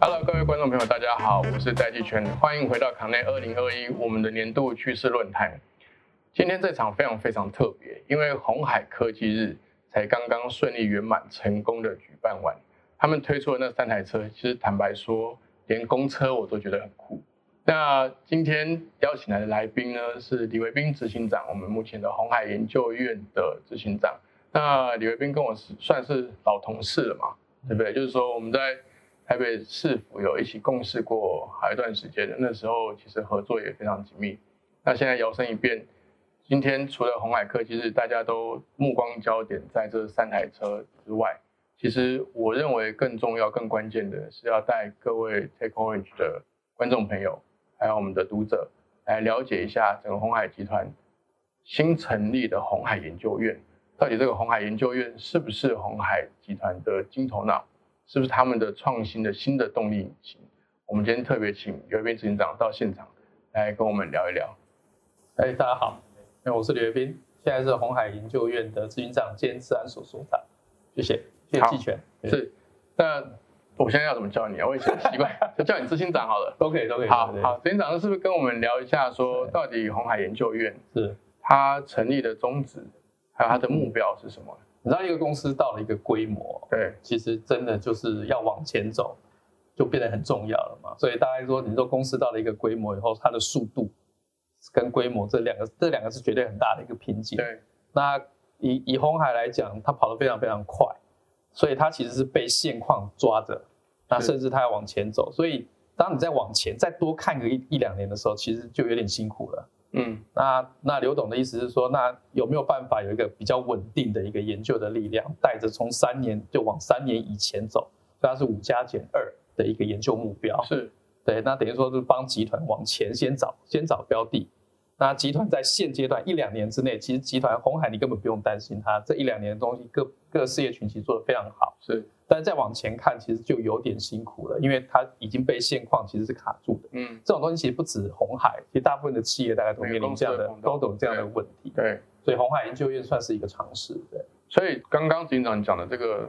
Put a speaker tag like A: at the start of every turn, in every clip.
A: Hello，各位观众朋友，大家好，我是戴季圈，欢迎回到卡内二零二一我们的年度趋势论坛。今天这场非常非常特别，因为红海科技日才刚刚顺利圆满成功的举办完，他们推出的那三台车，其实坦白说，连公车我都觉得很酷。那今天邀请来的来宾呢，是李维斌执行长，我们目前的红海研究院的执行长。那李维斌跟我是算是老同事了嘛，对不对？就是说我们在台北市府有一起共事过好一段时间的，那时候其实合作也非常紧密。那现在摇身一变，今天除了红海科技日，大家都目光焦点在这三台车之外，其实我认为更重要、更关键的是要带各位 Take Orange 的观众朋友，还有我们的读者来了解一下整个红海集团新成立的红海研究院，到底这个红海研究院是不是红海集团的金头脑？是不是他们的创新的新的动力引擎？我们今天特别请刘斌执行长到现场来跟我们聊一聊。
B: 哎，大家好，那我是刘斌，现在是红海研究院的执行长兼治安所所长，谢谢，谢谢
A: 好
B: 季全，对
A: 是，那我现在要怎么叫你啊？我以前很习惯 就叫你执行长好了。
B: 都可以，都可以，
A: 好
B: 对
A: 好，，执行长是不是跟我们聊一下，说
B: 对
A: 到底红海研究院
B: 对是，
A: 它成立的宗旨，还有它的目标是什么？
B: 你知道一个公司到了一个规模，
A: 对，
B: 其实真的就是要往前走，就变得很重要了嘛。所以大家说，你说公司到了一个规模以后，它的速度跟规模这两个，这两个是绝对很大的一个瓶颈。
A: 对，
B: 那以以红海来讲，它跑得非常非常快，所以它其实是被现况抓着，那
A: 是
B: 甚至它要往前走。所以当你再往前再多看个一一两年的时候，其实就有点辛苦了。
A: 嗯，
B: 那那刘董的意思是说，那有没有办法有一个比较稳定的一个研究的力量，带着从三年就往三年以前走，所以它是五加减二的一个研究目标。
A: 是，
B: 对，那等于说是帮集团往前先找先找标的。那集团在现阶段一两年之内，其实集团红海你根本不用担心它，这一两年的东西各各事业群其实做得非常好。
A: 是，
B: 但是再往前看，其实就有点辛苦了，因为它已经被现况其实是卡住的。
A: 嗯，
B: 这种东西其实不止红海，其实大部分的企业大概都面临这样的
A: 每个公司都有碰
B: 都
A: 到
B: 懂这样的问题。
A: 对。
B: 所以红海研究院算是一个尝试，对，
A: 所以刚刚执行长讲的这个，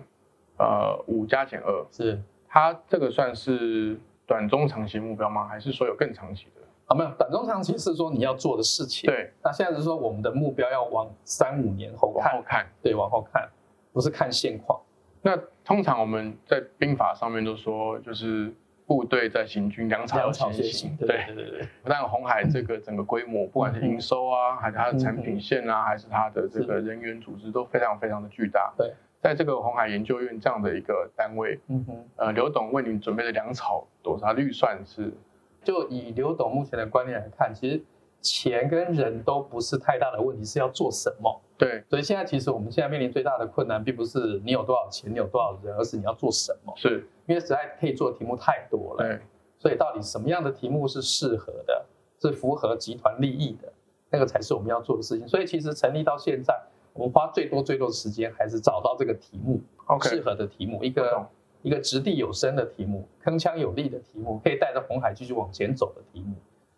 A: 呃，五加减二，
B: 是
A: 它这个算是短中长期目标吗？还是说有更长期的？
B: 啊，没有短中长期是说你要做的事情。，
A: 对，
B: 那现在是说我们的目标要往三五年后
A: 往
B: 看
A: 后，看。
B: 对，往后看，不是看现况。
A: 那通常我们在兵法上面都说，就是部队在行军，粮草要先行。
B: 对对嗯对对，
A: 不但红海这个整个规模，不管是营收啊，还是
B: 嗯
A: 它的产品线啊，还是它的这个人员组织，都非常非常的巨大。
B: 对，
A: 在这个红海研究院这样的一个单位，
B: 嗯哼。
A: 呃，刘董为您准备的粮草多少？预算是
B: 就以刘董目前的观念来看，其实钱跟人都不是太大的问题，是要做什么。
A: 对，
B: 所以现在其实我们现在面临最大的困难，并不是你有多少钱，你有多少人，而是你要做什么。
A: 是，
B: 因为实在可以做的题目太多了，
A: 对，
B: 所以到底什么样的题目是适合的，是符合集团利益的，那个才是我们要做的事情。所以其实成立到现在，我们花最多最多的时间还是找到这个题目
A: OK
B: 适合的题目，一
A: 我
B: 个
A: 懂
B: 一个掷地有声的题目，铿锵有力的题目，可以带着红海继续往前走的题目。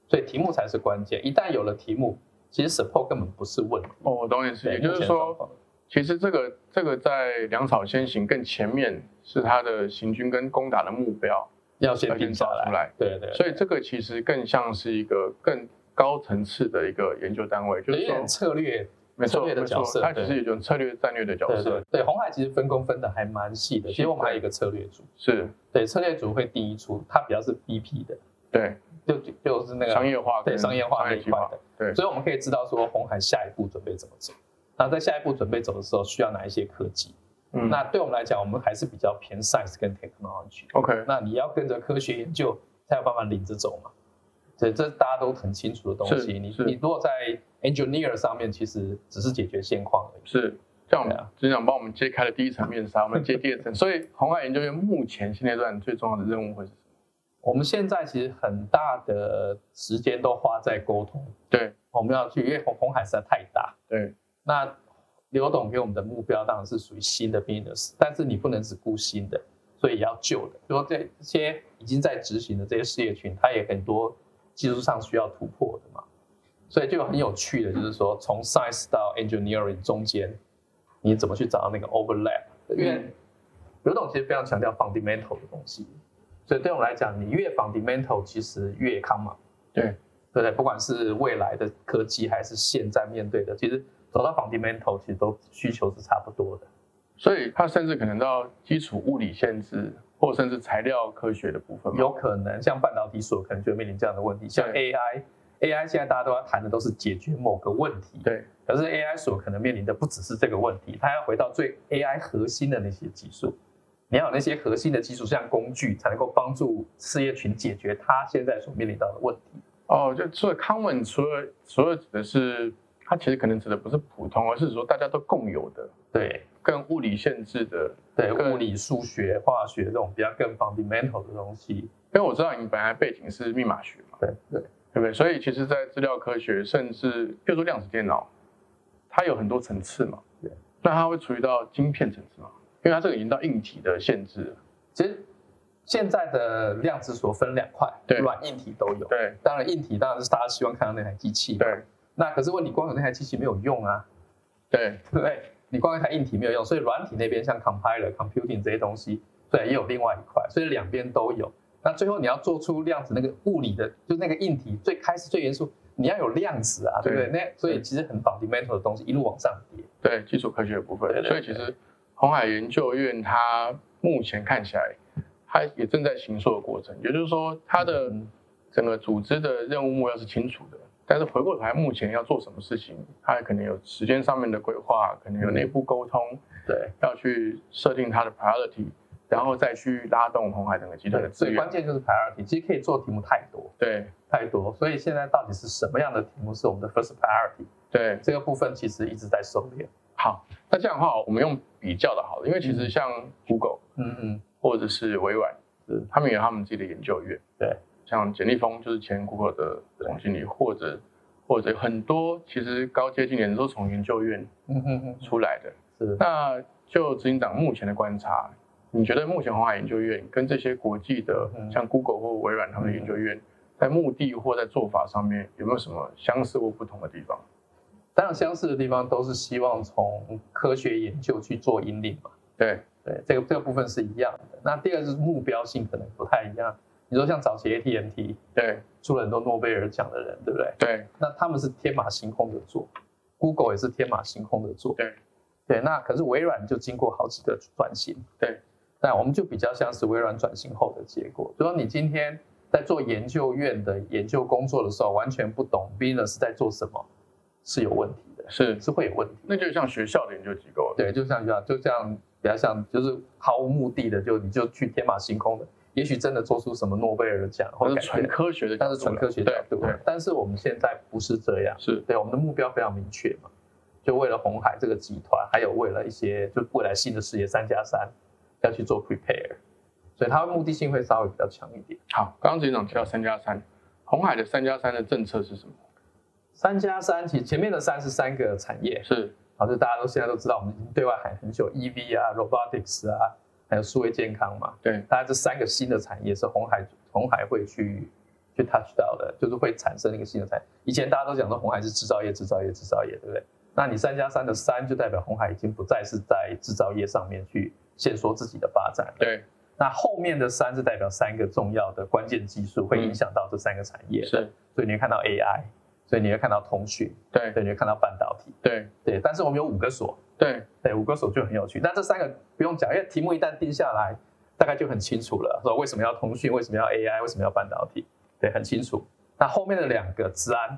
B: 所以题目才是关键，一旦有了题目，其实 support 根本不是问题。
A: 哦，我懂你意思，
B: 对
A: 也就是，
B: 目前的状
A: 说，
B: 况
A: 其实这个这个在粮草先行更前面是它的行军跟攻打的目标，
B: 要先定下
A: 要先找出来
B: 来，对对，
A: 所以这个其实更像是一个更高层次的一个研究单位，就
B: 有
A: 是
B: 一
A: 说
B: 点，策略
A: 没错
B: 策略的
A: 没错
B: 角色，
A: 它
B: 对
A: 其实有一种策略战略的角
B: 对对
A: 色，
B: 对，红海其实分工分的还蛮细的。
A: 细
B: 其实我们还有一个策略组，
A: 是，
B: 对，策略组会定义出它比较是 BP 的，
A: 对，
B: 就就就是那个
A: 商业化跟
B: 对商业化那一
A: 计
B: 块
A: 划，
B: 的，
A: 对，
B: 所以我们可以知道说红海下一步准备怎么走。那在下一步准备走的时候，需要哪一些科技？
A: 嗯
B: 那对我们来讲，我们还是比较偏 science 跟 technology。
A: OK，
B: 那你要跟着科学研究，才有办法领着走嘛。对，这是大家都很清楚的东
A: 是
B: 西。你
A: 是
B: 你如果在 engineer 上面，其实只是解决现况而已。
A: 是。这样
B: 对啊，
A: 只想帮我们揭开了第一层面纱，我们揭第二层。所以，红海研究院目前现阶段最重要的任务会是什么？
B: 我们现在其实很大的时间都花在沟通，
A: 对
B: 我们要去，因为红红海实在太大。
A: 对，
B: 那刘董给我们的目标当然是属于新的 business，但是你不能只顾新的，所以也要旧的。比如说这这些已经在执行的这些事业群，它也很多技术上需要突破的嘛。所以就很有趣的，就是说从 science 到 engineering 中间，你怎么去找到那个 overlap？因为刘董其实非常强调 fundamental 的东西，所以对我们来讲，你越 fundamental 其实越 common，
A: 对
B: 对不对？不管是未来的科技还是现在面对的，其实走到 fundamental 其实都需求是差不多的。
A: 所以它甚至可能到基础物理限制，或甚至材料科学的部分嘛。
B: 有可能像半导体所可能就会面临这样的问题，像 AI。AI 现在大家都要谈的都是解决某个问题，
A: 对，
B: 可是 AI 所可能面临的不只是这个问题，它要回到最 AI 核心的那些技术。你要有那些核心的技术像工具，才能够帮助事业群解决它现在所面临到的问题。
A: 哦，就除了 common，除了除了指的是它其实可能指的不是普通，而是说大家都共有的，
B: 对
A: 跟物理限制的。
B: 对，
A: 更
B: 物理、数学、化学这种比较更 fundamental 的东西，
A: 因为我知道你本来背景是密码学嘛，
B: 对对
A: 对不对？所以其实，在资料科学，甚至譬如说量子电脑，它有很多层次嘛。
B: 对。
A: 那它会处于到晶片层次嘛？因为它这个已经到硬体的限制了。
B: 其实现在的量子所分两块，
A: 对
B: 软硬体都有。
A: 对
B: 当然，硬体当然是大家希望看到那台机器。。
A: 对
B: 那可是问题，光有那台机器没有用啊。
A: 对
B: 对不对？你光一台硬体没有用，所以软体那边像 compiler、computing 这些东西，对，也有另外一块，所以两边都有。那最后你要做出量子那个物理的，就是那个硬体最开始最元素，你要有量子啊，对不对？那所以其实很 fundamental 的东西一路往上叠。
A: 对，基础科学的部分
B: 对。对
A: 所以其实红海研究院它目前看起来，它也正在行塑的过程，也就是说它的、
B: 嗯
A: 整个组织的任务目标是清楚的，但是回过头来，目前要做什么事情，它可能有时间上面的规划，可能有内部沟通，
B: 对，
A: 要去设定它的 priority，然后再去拉动红海整个集团的
B: 所
A: 资
B: 以
A: 源
B: 关。键就是 priority，其实可以做题目太多
A: 对
B: 太多，所以现在到底是什么样的题目是我们的 first priority？
A: 对，
B: 这个部分其实一直在收敛。
A: 好，那这样的话，我们用比较的好了，因为其实像 Google
B: 嗯嗯，
A: 或者是微软
B: 是，
A: 他们也有他们自己的研究院。
B: 对，
A: 像简立峰就是前 Google 的总经理，或者或者很多其实高阶经理人都从研究院
B: 嗯哼哼，
A: 出来的。
B: 是。
A: 那就执行长目前的观察，你觉得目前红海研究院跟这些国际的
B: 嗯
A: 像 Google 或微软他们的研究院，在目的或在做法上面有没有什么相似或不同的地方？
B: 当然，相似的地方都是希望从科学研究去做引领嘛。
A: 对
B: 对，这个这个部分是一样的。那第二个是目标性可能不太一样。你说像早期 AT&T
A: 对
B: 出了很多诺贝尔奖的人，对不对？
A: 对
B: 那他们是天马行空的做，Google 也是天马行空的做。
A: 对
B: 对，那可是微软就经过好几个转型。
A: 对，
B: 那我们就比较像是微软转型后的结果。就说你今天在做研究院的研究工作的时候，完全不懂 Venus 在做什么，是有问题的，
A: 是，
B: 是会有问题的。
A: 那就像学校的研究机构，
B: 对，就像这样，就这样比较像，就是毫无目的的，就你就去天马行空的，也许真的做出什么诺贝尔奖或
A: 它
B: 者
A: 是纯科学的角
B: 但
A: 度啦，
B: 是纯科学角
A: 对
B: 度
A: 对。
B: 但是我们现在不是这样，
A: 是，
B: 对，我们的目标非常明确嘛，就为了红海这个集团，还有为了一些就未来新的事业三加三，要去做 prepare，所以它目的性会稍微比较强一点。
A: 好，刚刚执行长提到三加三，红海的三加三的政策是什么？
B: 三加三，其实前面的三是三个产业，
A: 是
B: 好，就大家都现在都知道，我们已经对外喊很久，EV 啊、robotics 啊，还有数位健康嘛。
A: 对
B: 大家这三个新的产业是红海红海会去去 touch 到的，就是会产生一个新的产业。以前大家都讲说红海是制造业，制造业，制造业，对不对？那你三加三的三就代表红海已经不再是在制造业上面去限缩自己的发展。
A: 对
B: 那后面的三是代表三个重要的关键技术会影响到这三个产业，
A: 是，
B: 所以你会看到 AI，所以你会看到通讯，
A: 对
B: 对，你会看到半导体，
A: 对
B: 对。但是我们有五个所，
A: 对
B: 对，五个手就很有趣。那这三个不用讲，因为题目一旦定下来，大概就很清楚了，说为什么要通讯，为什么要 AI，为什么要半导体，对，很清楚。那后面的两个，治安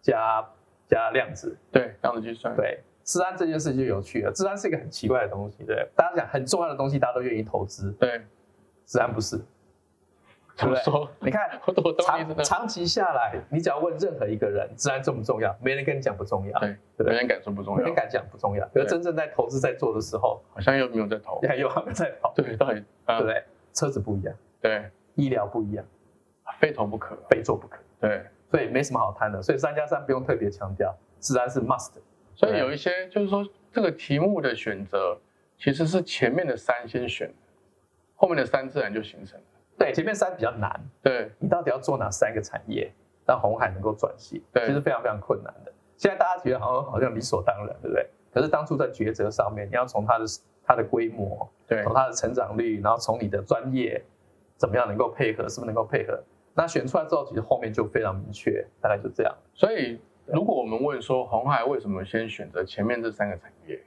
B: 加加量子，
A: 对，这样子计算，
B: 对，治安这件事就有趣了。治安是一个很奇怪的东西，对，大家讲很重要的东西，大家都愿意投资，
A: 对，
B: 治安不是。
A: 怎么
B: 对
A: 说？
B: 你看，
A: 我懂我懂你意思
B: 长
A: 的，
B: 长期下来，你只要问任何一个人，治安重不重要，没人跟你讲不重要，
A: 对，
B: 对
A: 人员感受不重
B: 没
A: 要
B: 人，敢讲不重要。可
A: 对
B: 是真正在投资在做的时候，
A: 好像又没有在投。
B: 还有他们在跑，
A: 对，到底
B: 对
A: 啊
B: 不，对？车子不一样。
A: 对，
B: 医疗不一样，
A: 非投不可。
B: 非做不可，
A: 对，
B: 所以没什么好谈的。所以三加三不用特别强调，治安是 must。
A: 所以有一些就是说，这个题目的选择其实是前面的三先选，后面的三自然就形成了。
B: 对，前面三比较难，
A: 对
B: 你到底要做哪三个产业？让红海能够转型，
A: 对
B: 这是非常非常困难的。现在大家觉得好像好像理所当然，对不对？可是当初在抉择上面，你要从它的它的规模，
A: 对
B: 从它的成长率，然后从你的专业怎么样能够配合，是不是能够配合？那选出来之后，其实后面就非常明确，大概就这样。
A: 所以，如果我们问说红海为什么先选择前面这三个产业，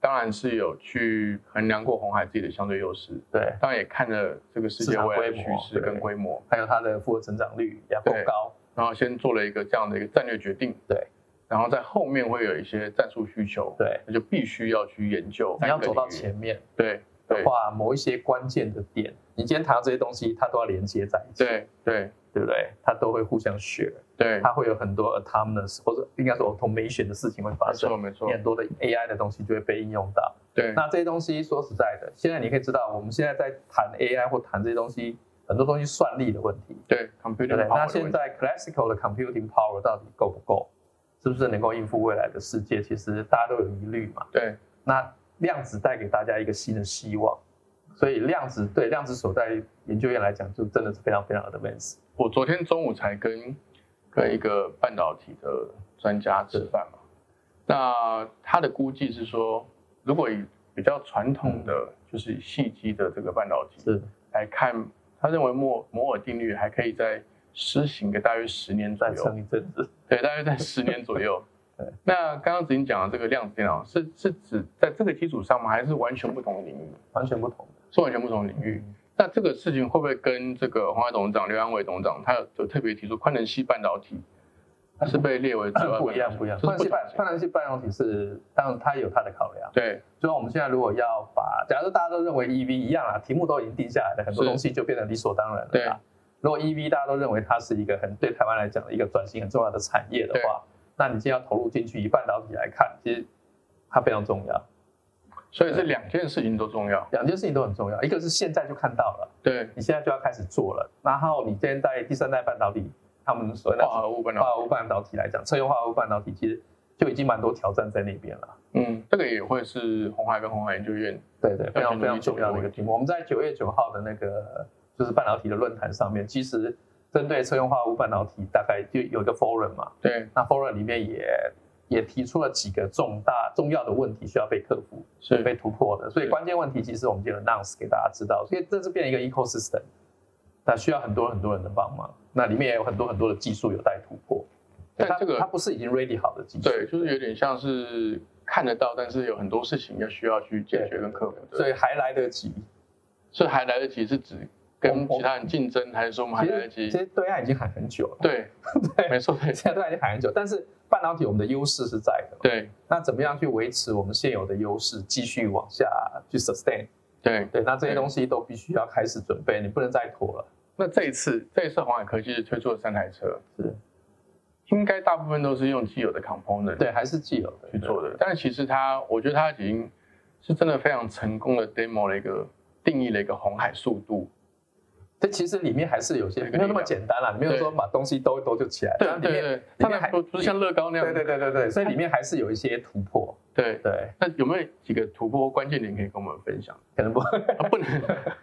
A: 当然是有去衡量过红海自己的相对优势，
B: 对，
A: 当然也看了这个世
B: 市
A: 界
B: 场
A: 未来的
B: 规
A: 趋
B: 模
A: 势跟
B: 对
A: 规模，
B: 还有它的复合成长率也够
A: 对
B: 高，
A: 然后先做了一个这样的一个战略决定。
B: 对，
A: 然后在后面会有一些战术需求，
B: 对，
A: 那就必须要去研究。
B: 你要走到，前面
A: 对
B: 的
A: 对
B: 话，某一些关键的点，你今天谈到这些东西，它都要连接在一起，
A: 对对
B: 对不对？它都会互相 share，
A: 对，
B: 它会有很多 autonomous 或者应该说 automation 的事情会发
A: 没
B: 生
A: 错，没错
B: 你，很多的 AI 的东西就会被应用到。
A: 对
B: 那这些东西说实在的，现在你可以知道，我们现在在谈 AI 或谈这些东西，很多东西算力的问题，
A: 对
B: 对不
A: ，computing
B: 对？
A: power
B: 那
A: 的问
B: 现
A: 题
B: 在 classical 的 computing power 到底够不够？是不是能够应付未来的世界？其实大家都有疑虑嘛。
A: 对
B: 那量子带给大家一个新的希望，所以量子对量子所在研究院来讲，就真的是非常非常 advanced。
A: 我昨天中午才跟跟一个半导体的专家吃饭嘛，那他的估计是说，如果以比较传统的就是以细基的这个半导体
B: 嗯是
A: 来看，他认为摩摩尔定律还可以在施行个大约十年左
B: 再
A: 右
B: 撑，一阵子，
A: 对，大约在十年左右
B: 对。
A: 那刚刚子英讲的这个量子电脑是是指在这个基础上吗？还是完全不同的领域？
B: 完全不同的。
A: 是完全不同的领域。那这个事情会不会跟这个黄海董事长、刘安伟董事长，他有有特别提出宽能系半导体，它是被列为主要
B: 嗯不一样，不一样。
A: 就是
B: 泛
A: 不
B: 系
A: 同
B: 半
A: 的
B: 泛能系半导体是，当然它有它的考量。
A: 对
B: 就像我们现在如果要把，假如说大家都认为 EV 一样啊，题目都已经定下来了，很多
A: 是
B: 东西就变得理所当然了。
A: 对，
B: 如果 EV 大家都认为它是一个很对台湾来讲的一个转型很重要的产业的话，那你今天要投入进去，以半导体来看，其实它非常重要。
A: 所以这两件事情都重要。
B: 两件事情都很重要，一个是现在就看到了，
A: 对，
B: 你现在就要开始做了，然后你现在第三代半导体，他们所谓的
A: 化合物半
B: 化
A: 导
B: 合物半导体来讲，车用化合物半导体其实就已经蛮多挑战在那边了。
A: 体，嗯，这个也会是红海跟红海研究院
B: 对对，非
A: 要
B: 常
A: 去
B: 非常
A: 理解
B: 重要
A: 这个
B: 的一个
A: 问
B: 题目。我们在九月九号的那个就是半导体的论坛上面，其实针对车用化合物半导体，大概就有一个 forum 嘛，
A: 对
B: 那 forum 里面也也提出了几个重大重要的问题需要被克服、
A: 是
B: 被突破的。所以
A: 是
B: 关键问题其实我们就 announce 给大家知道，所以这是变成一个 ecosystem，那需要很多很多人的帮忙。那里面也有很多很多的技术有待突破，
A: 但
B: 它
A: 这个
B: 它不是已经 ready 好的技术，
A: 对，就是有点像是看得到，但是有很多事情要需要去解决跟克服。
B: 所
A: 对，
B: 以还来得及。
A: 所以还来得及是指跟其他人竞争，还是说我们还
B: 其
A: 来得
B: 实
A: 及
B: 其？实对岸已经喊很久了，
A: 对，
B: 对
A: 没错，对
B: 现在都已经喊很久，但是半导体我们的优势是在的嘛。
A: 对
B: 那怎么样去维持我们现有的优势，继续往下去 sustain？
A: 对。
B: 对，那这些
A: 对
B: 东西都必须要开始准备，你不能再拖了。
A: 那这一次，这一次红海科技推出了三台车，
B: 是
A: 应该大部分都是用既有的 component
B: 对，还是既有的
A: 去做的
B: 对，
A: 但是其实它，我觉得它已经是真的非常成功的 demo 了一个定义了一个红海速度，
B: 这其实里面还是有些
A: 对
B: 没有那么简单啦，你没有说把东西兜一兜就起来。
A: 对
B: 但里
A: 对
B: 面
A: 对，
B: 他
A: 他
B: 们
A: 们
B: 还
A: 不不是像乐高那样，
B: 对对对对对，所以里面还是有一些突破。
A: 对
B: 对，
A: 那有没有几个突破关键点可以跟我们分享？
B: 可能不
A: 啊、 不能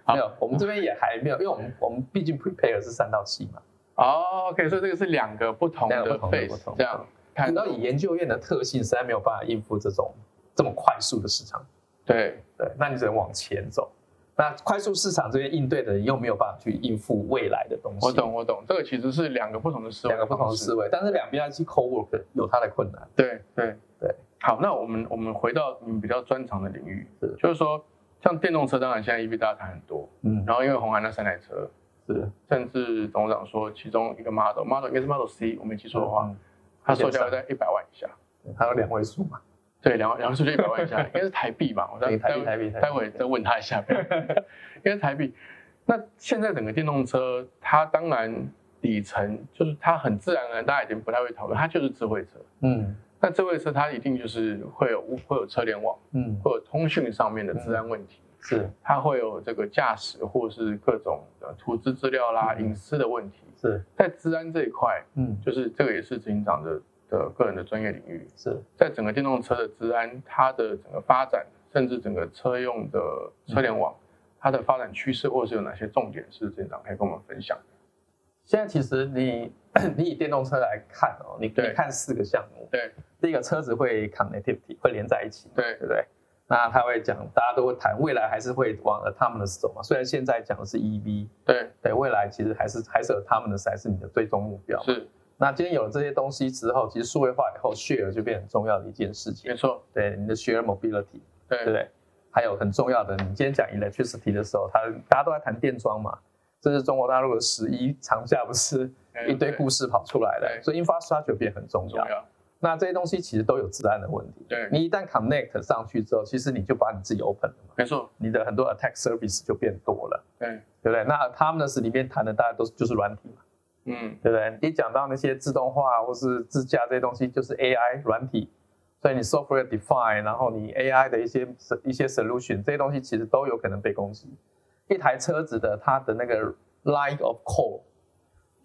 B: 没有，我们这边也还没有，因为我们我们毕竟 prepare 是三到七嘛。
A: 哦，OK，所以这个是两个不同
B: 两个
A: 的
B: 不同的不
A: face，
B: 同
A: 这样看
B: 你知道以研究院的特性，实在没有办法应付这种这么快速的市场。
A: 对
B: 对，那你只能往前走。那快速市场这边应对的人又没有办法去应付未来的东西，
A: 我懂我懂，这个其实是两个不同的思维，
B: 两个不同的思，维，但是两边要去 co work 有它的困难。
A: 对对
B: 对。
A: 好，那我们我们回到你们比较专长的领域，
B: 是
A: 就是说，像电动车，当然现在 EV 大家谈很多，
B: 嗯，
A: 然后因为红海那三台车，
B: 是
A: 甚至董事长说其中一个 model model 应该是 model C，我没记错的话，
B: 嗯
A: 它售价会在一百万以下，
B: 还有两位数嘛？
A: 对，两万两万出就一百万以下，应该是台币吧？我待
B: 对台币
A: 待
B: 台币台币
A: 待会再问他一下， 不要应该是台币。那现在整个电动车，它当然底层就是它很自然而然，大家已经不太会讨论，它就是智慧车。
B: 嗯
A: 那智慧车它一定就是会有会有车联网，
B: 嗯，
A: 会有通讯上面的治安问题，
B: 是
A: 它会有这个驾驶或是各种的图资资料啦、
B: 嗯
A: 隐私的问题。
B: 是，
A: 在治安这一块，
B: 嗯
A: 就是这个也是执行长的的个人的专业领域。
B: 是
A: 在整个电动车的治安，它的整个发展，甚至整个车用的车联网，它的发展趋势或者是有哪些重点是执行长可以跟我们分享？
B: 现在其实你 你以电动车来看哦，你
A: 对
B: 你看四个项目，
A: 对，
B: 第一个车子会 connectivity 会连在一起嘛，
A: 对
B: 对不对？那他会讲，大家都会谈未来还是会往 autonomous 走嘛，虽然现在讲的是 EV，
A: 对，
B: 对未来其实还是还是 autonomous 才是你的最终目标。
A: 是
B: 那今天有了这些东西之后，其实数位化以后，share 就变成很重要的一件事情
A: 没。错，
B: 对你的 share mobility，对不
A: 对
B: 对？还有很重要的，你今天讲 electricity 的时候，它大家都在谈电桩嘛，这是中国大陆的十一长假，不是
A: 对
B: 一堆故啊
A: 事
B: 事跑出来
A: 对
B: 的，所以 infrastructure 变很重
A: 重
B: 要。
A: 要，
B: 那这些东西其实都有治安的问题。
A: 对，
B: 你一旦 connect 上去之后，其实你就把你自己 open 了嘛，
A: 没错，
B: 你的很多 attack service 就变多了，
A: 对，
B: 对不对？那 autonomous 里面谈的大家都是就是软体嘛，
A: 嗯，
B: 对不对？一讲到那些自动化或是自驾这些东西，就是 AI 软体，所以你 software define，然后你 AI 的一些一些 solution 这些东西，其实都有可能被攻击。一台车子的它的那个 line of code，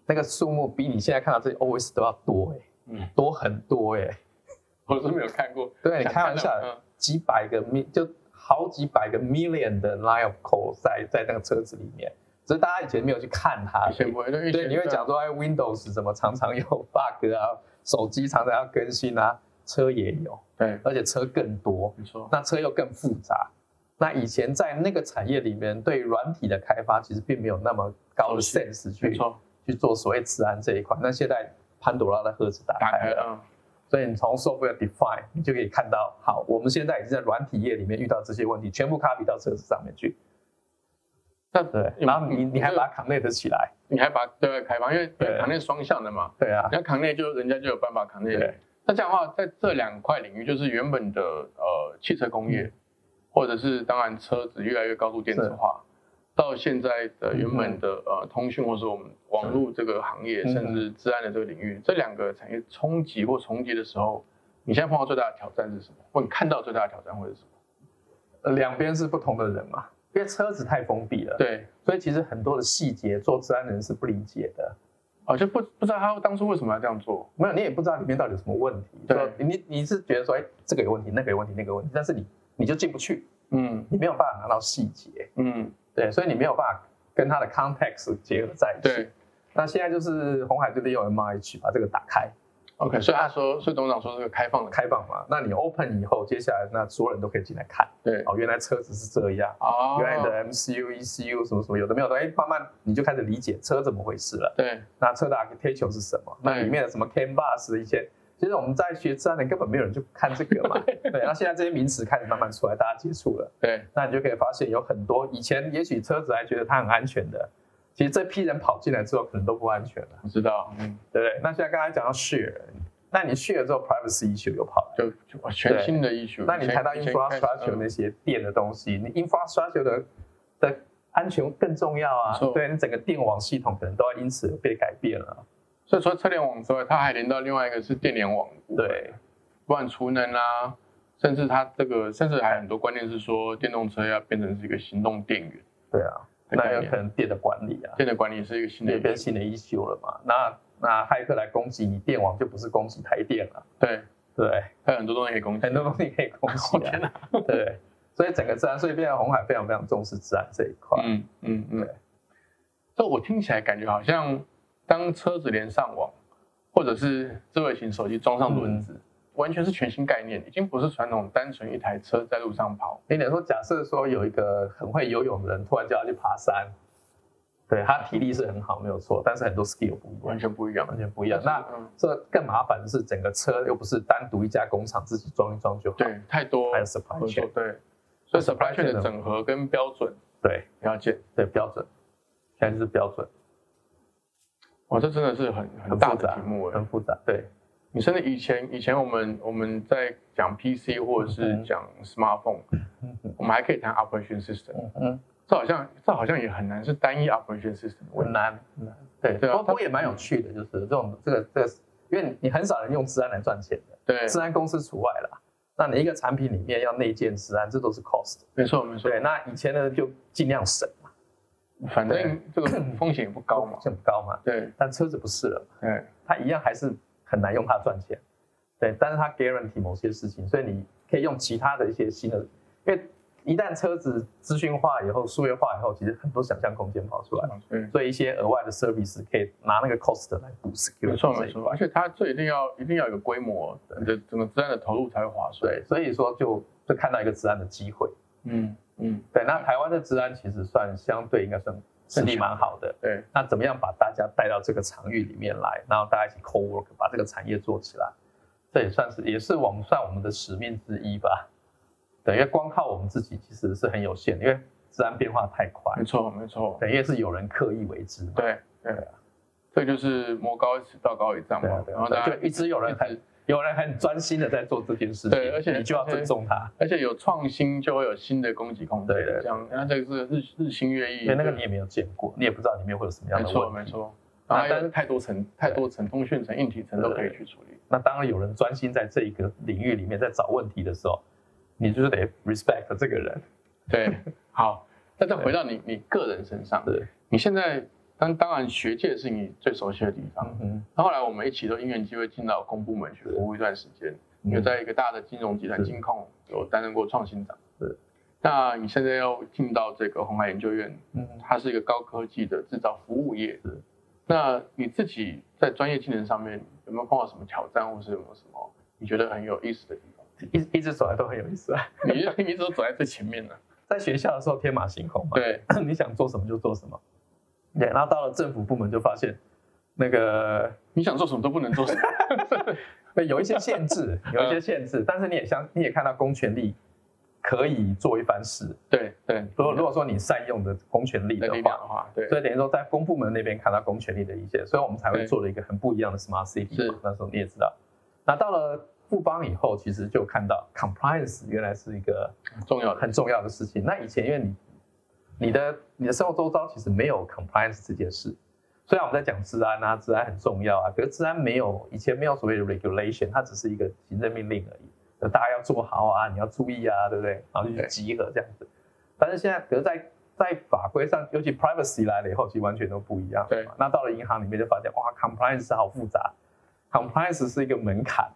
B: 那个数目比你现在看到这些 OS 都要多哎、
A: 嗯
B: 多很多哎、
A: 我是没有看过，
B: 对你
A: 想
B: 开玩
A: 看
B: 笑
A: 到
B: 的，
A: 嗯
B: 几百个 mi 就好几百个 million 的 line of code 在在那个车子里面，只是大家以前没有去看它而
A: 以
B: 已。
A: 前不会，对，以
B: 对，
A: 前
B: 你会讲说，哎，Windows 怎么常常有 bug 啊，手机常常要更新啊，车也有，
A: 对，
B: 而且车更多，
A: 没错，
B: 那车又更复杂。那以前在那个产业里面，对软体的开发其实并没有那么高的
A: 熟悉
B: sense
A: 没
B: 去
A: 错，
B: 去做所谓治安这一块。那现在潘多拉的盒子打
A: 打
B: 开
A: 开
B: 了，
A: 了，
B: 所以你从 software define 你就可以看到，好，我们现在已经在软体业里面遇到这些问题，全部 copy 到车子上面去。
A: 那
B: 对，然后你
A: 嗯
B: 你还
A: 这个
B: 把它 connect 起来，
A: 你还把对外开放，因为
B: 对
A: 扛内双向的嘛，
B: 对啊，
A: 你要扛内就人家就有办法扛内
B: 对。
A: 那这样的话，在这两块领域，就是原本的呃汽车工业，或者是当然车子越来越高度电子化，到现在的原本的呃通讯或是我们网络这个行业，
B: 嗯
A: 甚至治安的这个领域，这两个产业冲击或重叠的时候，你现在碰到最大的挑战是什么？或你看到最大的挑战会是什么？
B: 呃两边是不同的人嘛，因为车子太封闭了，，
A: 对，
B: 所以其实很多的细节做治安的人是不理解的，
A: 哦，就不不知道他当初为什么要这样做。
B: 没有，你也不知道里面到底有什么问题，
A: 对
B: 说你你是觉得说，哎，这个有问题，那个有问题，那个有问题，但是你你就进不去，
A: 嗯
B: 你没有办法拿到细节，
A: 嗯，
B: 对，所以你没有办法跟它的 context 结合在一起。
A: 对。
B: 那现在就是红海就利用 MIH 把这个打开，
A: OK，所以他说，所以董事长说这个开放的，
B: 开放嘛，那你 open 以后，接下来那所有人都可以进来看，
A: 对，
B: 哦，原来车子是这样。
A: 哦
B: 原来你的 MCU、ECU E 什么什么有的没有的，哎，慢慢你就开始理解车怎么回事了。
A: 对，
B: 那车的 architecture 是什么？
A: 对
B: 那里面的什么 CAN bus 的一些，其实我们在学自然的根本没有人去看这 个嘛。对，那现在这些名词开始慢慢出来，大家接触了，
A: 对，
B: 那你就可以发现有很多以前也许车子还觉得它很安全的，其实这批人跑进来之后可能都不安全了，
A: 我知道，嗯，
B: 对不对？那现在刚才讲到 share，那你 share 之后 privacy issue 又跑来了。
A: 就就哇全
B: 对
A: 新的 issue。
B: 那你谈到
A: 嗯以前以前开始
B: infrastructure 那
A: 嗯
B: 些电的东西，你 infrastructure 的的安全更重要啊
A: 没错，
B: 对你整个电网系统可能都要因此而被改变了，
A: 所以除了车联网之外，它还连到另外一个是电联网，
B: 对。
A: 不管储能啊，甚至它这个，甚至还很多观念是说，电动车要变成是一个行动电源
B: 对啊，
A: 的
B: 那
A: 概
B: 有可
A: 念，
B: 能电的管理啊，
A: 电的管理是一个新的
B: 也
A: 一个
B: 变新的 issue 了嘛。那那骇客来攻击你电网，就不是攻击台电了，
A: 对，
B: 对，
A: 它有很多东西可以攻击。
B: 很多东西可以攻击、啊。
A: 哦哪！
B: 对，所以整个治安，所以变成红海非常非常重视治安这一块。
A: 嗯嗯嗯
B: 对。
A: 这我听起来感觉好像，当车子连上网，或者是智慧型手机装上轮
B: 嗯
A: 子，完全是全新概念，已经不是传统单纯一台车在路上跑。
B: 你等于说，假设说有一个很会游泳的人，突然叫他去爬山，对他体力是很好，没有错，但是很多 skill 不一
A: 完
B: 样，
A: 全不一样。
B: 完全不一样。那
A: 嗯，
B: 这更麻烦的是，整个车又不是单独一家工厂自己装一装就好，
A: 对，太多
B: 还有 supply
A: 合作
B: chain，
A: 对，所以 supply chain 的
B: chain
A: 整合跟标准
B: 对
A: 了解，
B: 对标准，现在就是标准。
A: 哇，这真的是很很
B: 很
A: 大
B: 复
A: 的
B: 杂
A: 题目哎
B: 很。复杂，对
A: 你甚至以前以前我们我们在讲 PC 或者是
B: 嗯
A: 讲 smartphone，
B: 嗯哼
A: 我们还可以谈 operation system，
B: 嗯嗯，
A: 这好像这好像也很难是单一 operation system 的问
B: 很
A: 题。
B: 难很难，嗯对
A: 对啊
B: 不过也蛮有趣的，就是这种这个这个，因为你你很少人用治安来赚钱的，
A: 对，
B: 治安公司除外啦。那你一个产品里面要内建治安，这都是 cost。
A: 没错没错，
B: 对，那以前呢就尽量省嘛，
A: 反正这个风险也不高嘛。
B: 很高嘛。
A: 对
B: 但车子不是了，
A: 对
B: 它一样还是很难用它赚钱。对，但是它 guarantee 某些事情，所以你可以用其他的一些新的，因为以一旦车子资讯化以后、数位化以后，其实很多想象空间跑出来，
A: 嗯，
B: 所以一些额外的 service 可以拿那个 cost 来补
A: 没
B: security
A: 错
B: 这
A: 没
B: 一
A: 错，
B: 块
A: 而且它这一定要一定要有个规模，你的整个资安的投入才会划算。
B: 对，所以说就就看到一个治安的机会。
A: 嗯嗯，
B: 对，那台湾的治安其实算相对应该算实力蛮好的。
A: 对，
B: 那怎么样把大家带到这个场域里面来，然后大家一起 co work 把这个产业做起来？这也算是也是我们算我们的使命之一吧。对，因为光靠我们自己其实是很有限的，因为治安变化太快
A: 没，错没错，
B: 对，因为是有人刻意为之嘛。
A: 对对啊，这就是魔高一尺，道高一丈
B: 对啊
A: 嘛。
B: 对
A: 然
B: 啊
A: 后
B: 对
A: 大
B: 啊，
A: 家
B: 就一直有人很有人很专心的在做这件事情，
A: 对而且
B: 你就要尊重他。
A: 而且有创新就会有新的供给空间
B: 对对，对
A: 这样，那这个是日日新月异。
B: 因为那个你也没有见过，你也不知道里面会有什么样
A: 没
B: 的
A: 错
B: 问题。
A: 没错，
B: 那
A: 然后
B: 但
A: 但
B: 是
A: 是太多层、太多层通讯层、硬体层都可以去处理。
B: 那当然有人专心在这一个领域里面在找问题的时候，你就是得 respect 这个人。
A: 对，好，那再回到你你个人身上，
B: 对，
A: 你现在当当然学界是你最熟悉的地方。
B: 嗯，
A: 那后来我们一起都因缘机会进到公部门去服务一段时间，
B: 嗯
A: 有在一个大的金融集团
B: 是
A: 金控有担任过创新长。
B: 是，
A: 那你现在要进到这个红海研究院，
B: 嗯，
A: 它是一个高科技的制造服务业。
B: 是，
A: 那你自己在专业技能上面有没有碰到什么挑战，或是有没有什么你觉得很有意思的地方？
B: 一一直走来都很有意思啊。
A: 你你一直都走在最前面呢、
B: 在学校的时候天马行空嘛，
A: 对，
B: 你想做什么就做什么。对，然后到了政府部门就发现，那个
A: 你想做什么都不能做什么。
B: 那有一些限制，有一些限
A: 嗯
B: 制，但是你也相你也看到公权力可以做一番事。
A: 对对，
B: 如果如果说你善用的公权
A: 嗯
B: 力
A: 你的
B: 的
A: 力量
B: 话，
A: 的话，对
B: 所以等于说在公部门那边看到公权力的一些，所以我们才会
A: 对
B: 做了一个很不一样的 smart city 嘛。
A: 是
B: 那时候你也知道，那到了富邦以后，其实就看到 compliance 原来是一个
A: 重要的。
B: 很重要的事情。那以前因为你你的你的生活周遭其实没有 compliance 这件事，虽然我们在讲治安啊，治安很重要啊，可是治安没有以前没有所谓的 regulation，它只是一个行政命令而已，就大家要做好啊，你要注意啊，对不对？然后就去
A: 对
B: 集合这样子。但是现在，可是在在法规上，尤其 privacy 来了以后，其实完全都不一样。
A: 对，
B: 那到了银行里面就发现，哇，compliance 好复杂，compliance 是一个门槛，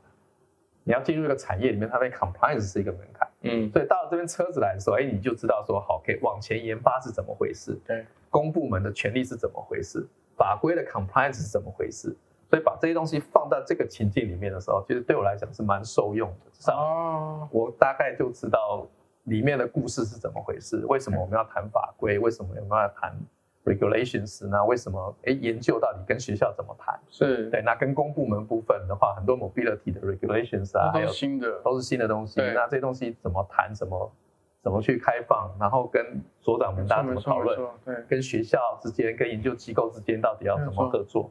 B: 你要进入一个产业里面，它被 compliance 是一个门槛。
A: 嗯，
B: 所以到了这边车子来的时候，哎，你就知道说好，可以往前研发是怎么回事，
A: 对，
B: 公部门的权利是怎么回事，法规的 compliance 是怎么回事。所以把这些东西放到这个情境里面的时候，其实对我来讲是蛮受用的。至少
A: 哦，
B: 我大概就知道里面的故事是怎么回事，为什么我们要谈法规，为什么我们要谈 regulations 呢？为什么哎研究到底跟学校怎么谈？
A: 是，
B: 对，那跟公部门部分的话，很多 mobility 的 regulations 啊，还
A: 都
B: 有
A: 是新的。
B: 都是新的东西。
A: 对
B: 那这些东西怎么谈，怎么怎么去开放，然后跟所长们大家怎
A: 没
B: 么
A: 错
B: 讨
A: 没
B: 论，
A: 错，对，
B: 跟学校之间、跟研究机构之间到底要怎
A: 没
B: 么
A: 错
B: 合作？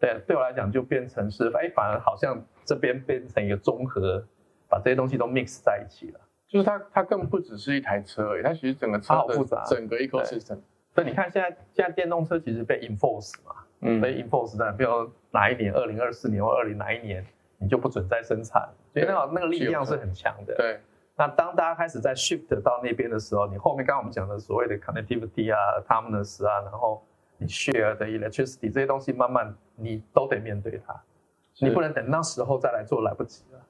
B: 对，对我来讲就变成是，哎，反而好像这边变成一个综合，把这些东西都 mix 在一起了。
A: 就是它它更不只是一台车而已，它其实整个车
B: 它好复杂
A: 的整个 ecosystem。
B: 所以你看，现在现在电动车其实被 enforce 嘛，
A: 嗯
B: 所以 enforce 在，比如哪一年，二零二四年或二零哪一年，你就不准再生产，所以那个那个力
A: 是有
B: 量
A: 可
B: 是
A: 能
B: 很强的。
A: 对
B: 那当大家开始在 shift 到那边的时候，你后面刚刚我们讲的所谓的 connectivity 啊、autonomous 啊，然后你 share 的 electricity 这些东西，慢慢你都得面对它，
A: 是
B: 你不能等那时候再来做，来不及了。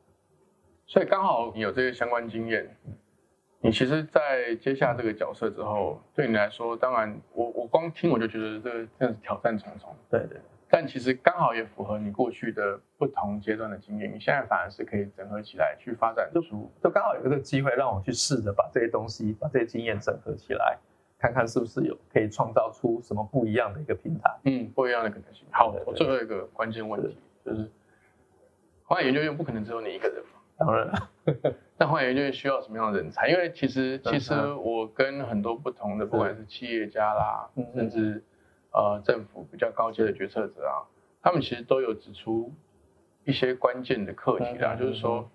A: 所以刚好你有这些相关经验，你其实，在接下这个角色之后，对你来说，当然我我光听我就觉得这个真的是挑战重重，
B: 对对，
A: 但其实刚好也符合你过去的不同阶段的经验，你现在反而是可以整合起来去发展出
B: 就刚好有一个机会让我去试着把这些东西、把这些经验整合起来，看看是不是有可以创造出什么不一样的一个平台。
A: 嗯不一样的可能性。好
B: 对对，
A: 我最后一个关键问题就是，花研究院不可能只有你一个人嘛。
B: 当然了，
A: 那换言之，需要什么样的人才？因为其实
B: 嗯
A: 其实我跟很多不同的，不管是企业家啦
B: 嗯，
A: 甚至呃政府比较高阶的决策者啊，他们其实都有指出一些关键的课题啦，
B: 嗯嗯
A: 就是说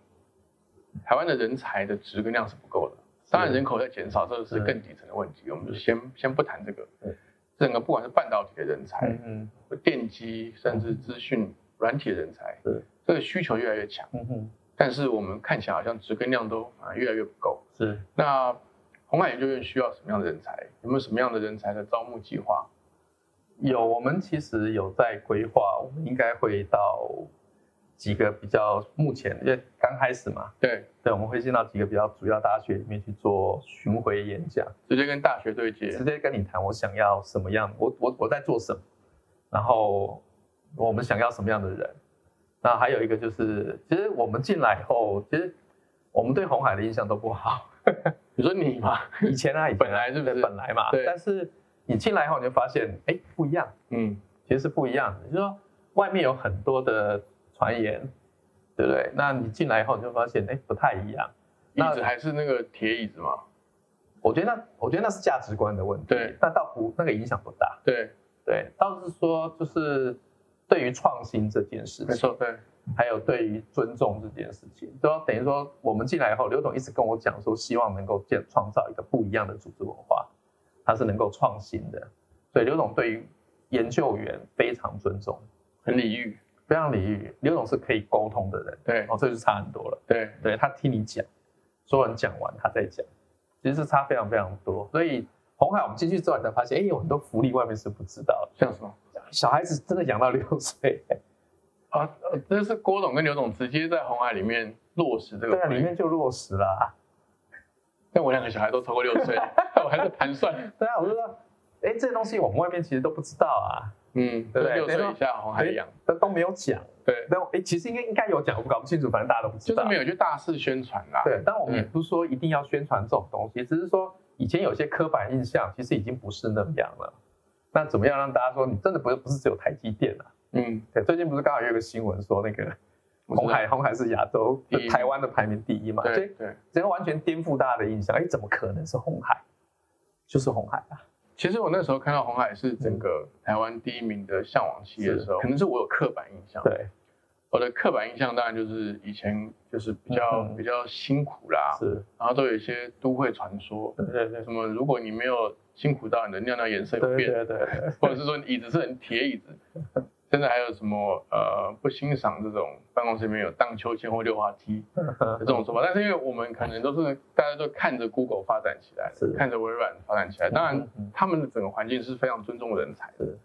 A: 台湾的人才的值跟量是不够的。当然，人口在减少，这是更底层的问
B: 嗯
A: 题。我们就先先不谈这个
B: 对，
A: 整个不管是半导体的人才、
B: 嗯
A: 电机，甚至资讯、软体的人才
B: 对，
A: 这个需求越来越强。
B: 嗯哼，
A: 但是我们看起来好像值跟量都反而越来越不够。
B: 是。
A: 那红海研究院需要什么样的人才？有没有什么样的人才的招募计划？
B: 有，我们其实有在规划，我们应该会到几个比较目前因为刚开始嘛，
A: 对，
B: 对，我们会进到几个比较主要大学里面去做巡回演讲，
A: 直接跟大学对接
B: 直，接跟你谈我想要什么样，我我我在做什么，然后我们想要什么样的人。那还有一个就是，其实我们进来以后，其实我们对红海的印象都不好。
A: 你说你嘛，
B: 以前啊，以前啊
A: 本来是不是
B: 对本来嘛，
A: 对
B: 但是你进来以后，你就发现，哎，不一样，
A: 嗯，
B: 其实是不一样的。就是说，外面有很多的传言，对不对？那你进来以后，你就发现，哎，不太一样。
A: 椅
B: 那
A: 子还是那个铁椅子嘛，
B: 我觉得那，我觉得那是价值观的问题。
A: 对，
B: 那倒不，那个影响不大。
A: 对，
B: 对，倒是说就是对于创新这件事
A: 没
B: 情，
A: 错，对，
B: 还有对于尊重这件事情，都要等于说我们进来以后，刘总一直跟我讲说，希望能够建创造一个不一样的组织文化，它是能够创新的。所以刘总对于研究员非常尊重，
A: 很礼遇，
B: 非常礼遇。刘总是可以沟通的人，
A: 对，
B: 哦，这就差很多了。
A: 对，
B: 对他听你讲，所有人讲完他再讲，其实是差非常非常多。所以红海我们进去之后，你才发现，哎，有很多福利外面是不知道的。
A: 像什么
B: 小孩子真的养到六岁，
A: 啊？呃这是郭董跟刘总直接在红海里面落实这个
B: 对啊，
A: 观
B: 里
A: 念。
B: 面就落实啊啦。
A: 但我两个小孩都超过六 岁，我还在盘算，
B: 对啊，我就说，哎，这东西我们外面其实都不知道啊，
A: 嗯，
B: 对不对哎
A: 六岁
B: 对吧
A: 以下红海一样，
B: 都都没有讲。
A: 对，
B: 但哎，其实应该应该有讲，我搞不清楚，反正大家都不知
A: 就是
B: 道。
A: 没有去大肆宣传啦。
B: 对，但我们也
A: 嗯
B: 不是说一定要宣传这种东西，只是说以前有些刻板印象其实已经不是那样了。那怎么样让大家说你真的不是不是只有台积电啊？
A: 嗯，
B: 对，最近不是刚好有一个新闻说那个
A: 我知道
B: 红海，红海是亚洲
A: 第一名
B: 台湾的排名第一嘛，所
A: 对
B: 以
A: 对。
B: 整个完全颠覆大家的印象。哎，怎么可能是红海？就是红海啊！
A: 其实我那时候看到红海是整个台湾第一名的向往企业的时候，
B: 嗯是
A: 可能是我有刻板印象。
B: 对，
A: 我的刻板印象当然就是以前就是比较、
B: 嗯
A: 比较辛苦啦，
B: 是，
A: 然后都有一些都会传说，
B: 对对对
A: 什么如果你没有辛苦到你的尿尿颜色有
B: 对
A: 变，
B: 对对，
A: 或者是说你椅子是很铁椅子， 甚至还有什么呃不欣赏这种办公室里面有荡秋千或溜滑 梯的这种说法，但是因为我们可能都是大家都看着 Google 发展起来
B: 是，
A: 看着微软发展起来，当然
B: 嗯嗯
A: 他们的整个环境是非常尊重人才的
B: 是。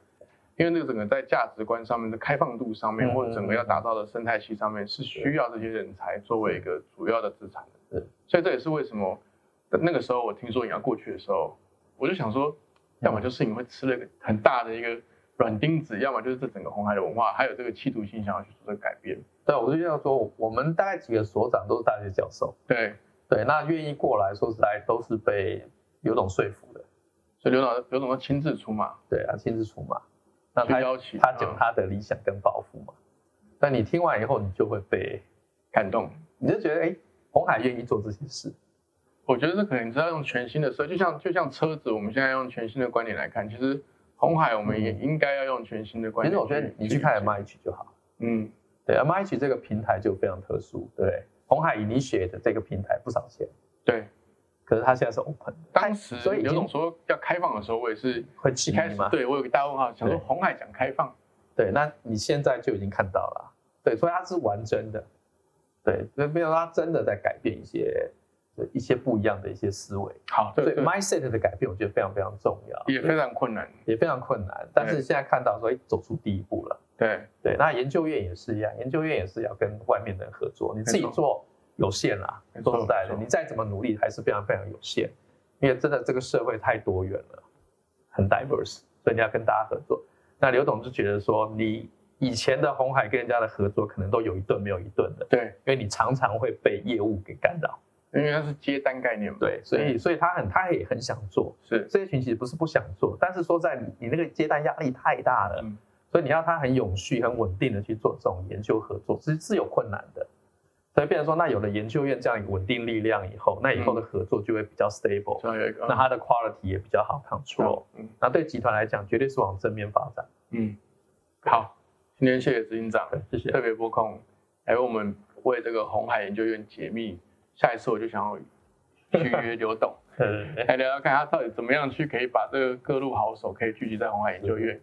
A: 因为那个整个在价值观上面的开放度上面，
B: 嗯
A: 或者整个要打造的生态系上面，是需要这些人才作为一个主要的资产的
B: 是。
A: 所以这也是为什么那个时候我听说你要过去的时候，我就想说，要么就是你会吃了一个很大的一个软钉子，要么就是这整个红海的文化，还有这个企图心想要去做这个改变。
B: 对，我就要说，我我们大概几个所长都是大学教授，
A: 对，
B: 对，那愿意过来说实在都是被刘总说服的，
A: 所以刘总刘总都亲自出马
B: 对，他亲自出马，那
A: 去
B: 他
A: 邀请，
B: 他讲
A: 嗯
B: 他的理想跟抱负嘛，那你听完以后，你就会被，
A: 感动。
B: 你就觉得哎，诶红海愿意做这些事，
A: 我觉得这可能是要用全新的设，就像就像车子，我们现在用全新的观点来看，其实红海我们也应该要用全新的观
B: 嗯其
A: 点。
B: 实我觉得你去看 M H 就好，
A: 嗯，
B: 对，M H 这个平台就非常特殊，对，红海以你写的这个平台不少钱，
A: 对。
B: 可是它现在是 open，的
A: 当时
B: 所以已
A: 刘
B: 经
A: 总说要开放的时候，我也是
B: 会质
A: 一开始
B: 疑吗？
A: 对我有个大问号，想说
B: 对
A: 红海讲开放，
B: 对，那你现在就已经看到了，对，所以它是完真的，对，所以变成它真的在改变一些对一些不一样的一些思维，
A: 好，对
B: 所以
A: 对，
B: mindset 的改变我觉得非常非常重要，
A: 也非常困难。
B: 也非常困难，但是
A: 对
B: 现在看到说，哎，走出第一步了，
A: 对
B: 对，那研究院也是一样，研究院也是要跟外面的人合作，你自己
A: 没错
B: 做有限啦
A: 没，错
B: 说实在
A: 没
B: 的，
A: 错
B: 你再怎么努力还是非常非常有限，因为真的这个社会太多元了，很 diverse，所以你要跟大家合作。那刘董就觉得说，你以前的红海跟人家的合作可能都有一顿没有一顿的，
A: 对，
B: 因为你常常会被业务给干扰，
A: 因为它是接单概念嘛。
B: 对，所以所以他很他也很想做，
A: 是，
B: 这些群其实不是不想做，但是说在你你那个接单压力太大了，
A: 嗯
B: 所以你要他很永续、很稳定的去做这种研究合作，其实是有困难的。所以变成说，那有了研究院这样一个稳定力量以后，那以
A: 嗯
B: 后的合作就会比较 stable，、
A: 主要有一个。啊
B: 那它的 quality 也比较好 control，、
A: 嗯
B: 那对集团来讲绝对是往正面发展。
A: 嗯，好，今天谢谢执行长
B: 对，谢谢
A: 特。别播控来为我们为这个红海研究院解密。下一次我就想要去 约刘董，
B: 对对对
A: 来聊聊看他到底怎么样去可以把这个各路好手可以聚集在红海研究院，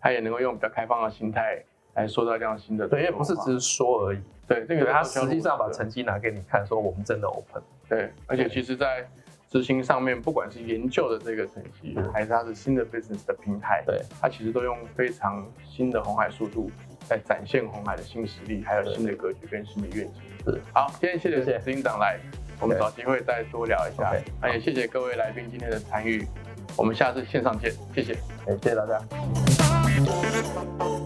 A: 他也能够用比较开放的心态来塑造这样新的。
B: 对，因为不是只是说而已，
A: 对这
B: 对
A: 个
B: 他实际上把
A: 成。
B: 成绩拿给你看，说我们真的 open。
A: 对，而且其实，在执行上面，不管是研究的这个成
B: 嗯
A: 绩，还是它的新的 business 的平台，
B: 对，
A: 它其实都用非常新的红海速度来展现红海的新实力，还有新的格局跟新的愿景。
B: 是，
A: 好，今天谢
B: 谢谢
A: 谢执行长来，我们找机会再多聊一下
B: OK，。
A: 那也谢谢各位来宾今天的参与，我们下次线上见，谢谢。
B: 哎，谢谢大家。
C: Thank you.